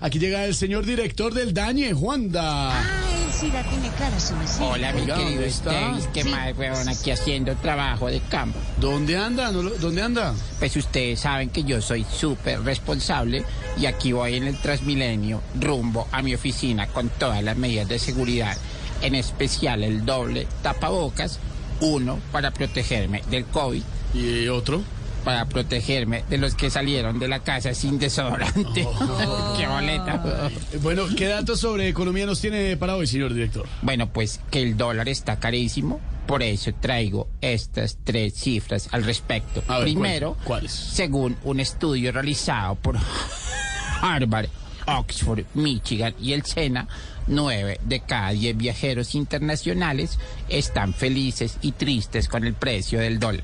Aquí llega el señor director del Dañe, Juanda. Ah, él sí la tiene clara su mesita. Hola, mi Oiga, querido ¿dónde está? Estevis, ¿qué Sí. más, weón? Aquí haciendo trabajo de campo. ¿Dónde anda? ¿No lo- ¿Dónde anda? Pues ustedes saben que yo soy súper responsable y aquí voy en el Transmilenio rumbo a mi oficina con todas las medidas de seguridad, en especial el doble tapabocas, uno para protegerme del COVID, ¿Y otro? para protegerme de los que salieron de la casa sin desodorante. Oh. ¡Qué boleta! weón. Eh, Bueno, ¿qué datos sobre economía nos tiene para hoy, señor director? Bueno, pues que el dólar está carísimo, por eso traigo estas tres cifras al respecto. A ver, Primero, ¿cuál- cuáles? según un estudio realizado por Harvard, Oxford, Michigan y el SENA, nueve de cada diez viajeros internacionales están felices y tristes con el precio del dólar.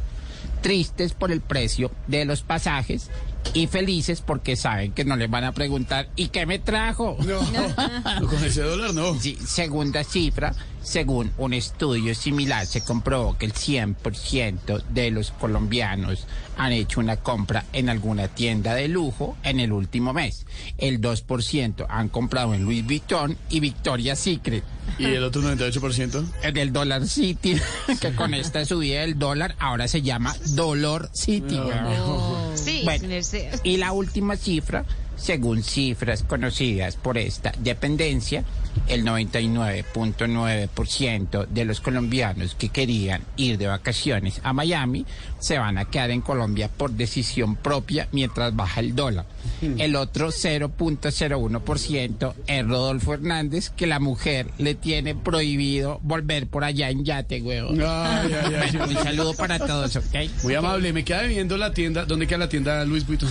Tristes por el precio de los pasajes y felices porque saben que no les van a preguntar ¿y qué me trajo? No, con ese dólar no. Sí, segunda cifra, según un estudio similar, se comprobó que el 100% de los colombianos han hecho una compra en alguna tienda de lujo en el último mes. El 2% han comprado en Louis Vuitton y Victoria's Secret. ¿Y el otro 98%? El del Dollar City, que con esta subida del dólar ahora se llama Dollar City. weón. Sí, Bueno, merced. Y la última cifra, según cifras conocidas por esta dependencia, el 99.9% de los colombianos que querían ir de vacaciones a Miami se van a quedar en Colombia por decisión propia mientras baja el dólar. El otro 0.01% es Rodolfo Hernández, que la mujer le tiene prohibido volver por allá en yate, huevo. Ay, ay, ay. Un saludo para todos, ¿ok? Muy amable, me queda viendo la tienda. ¿Dónde queda la tienda Luis Vuitton?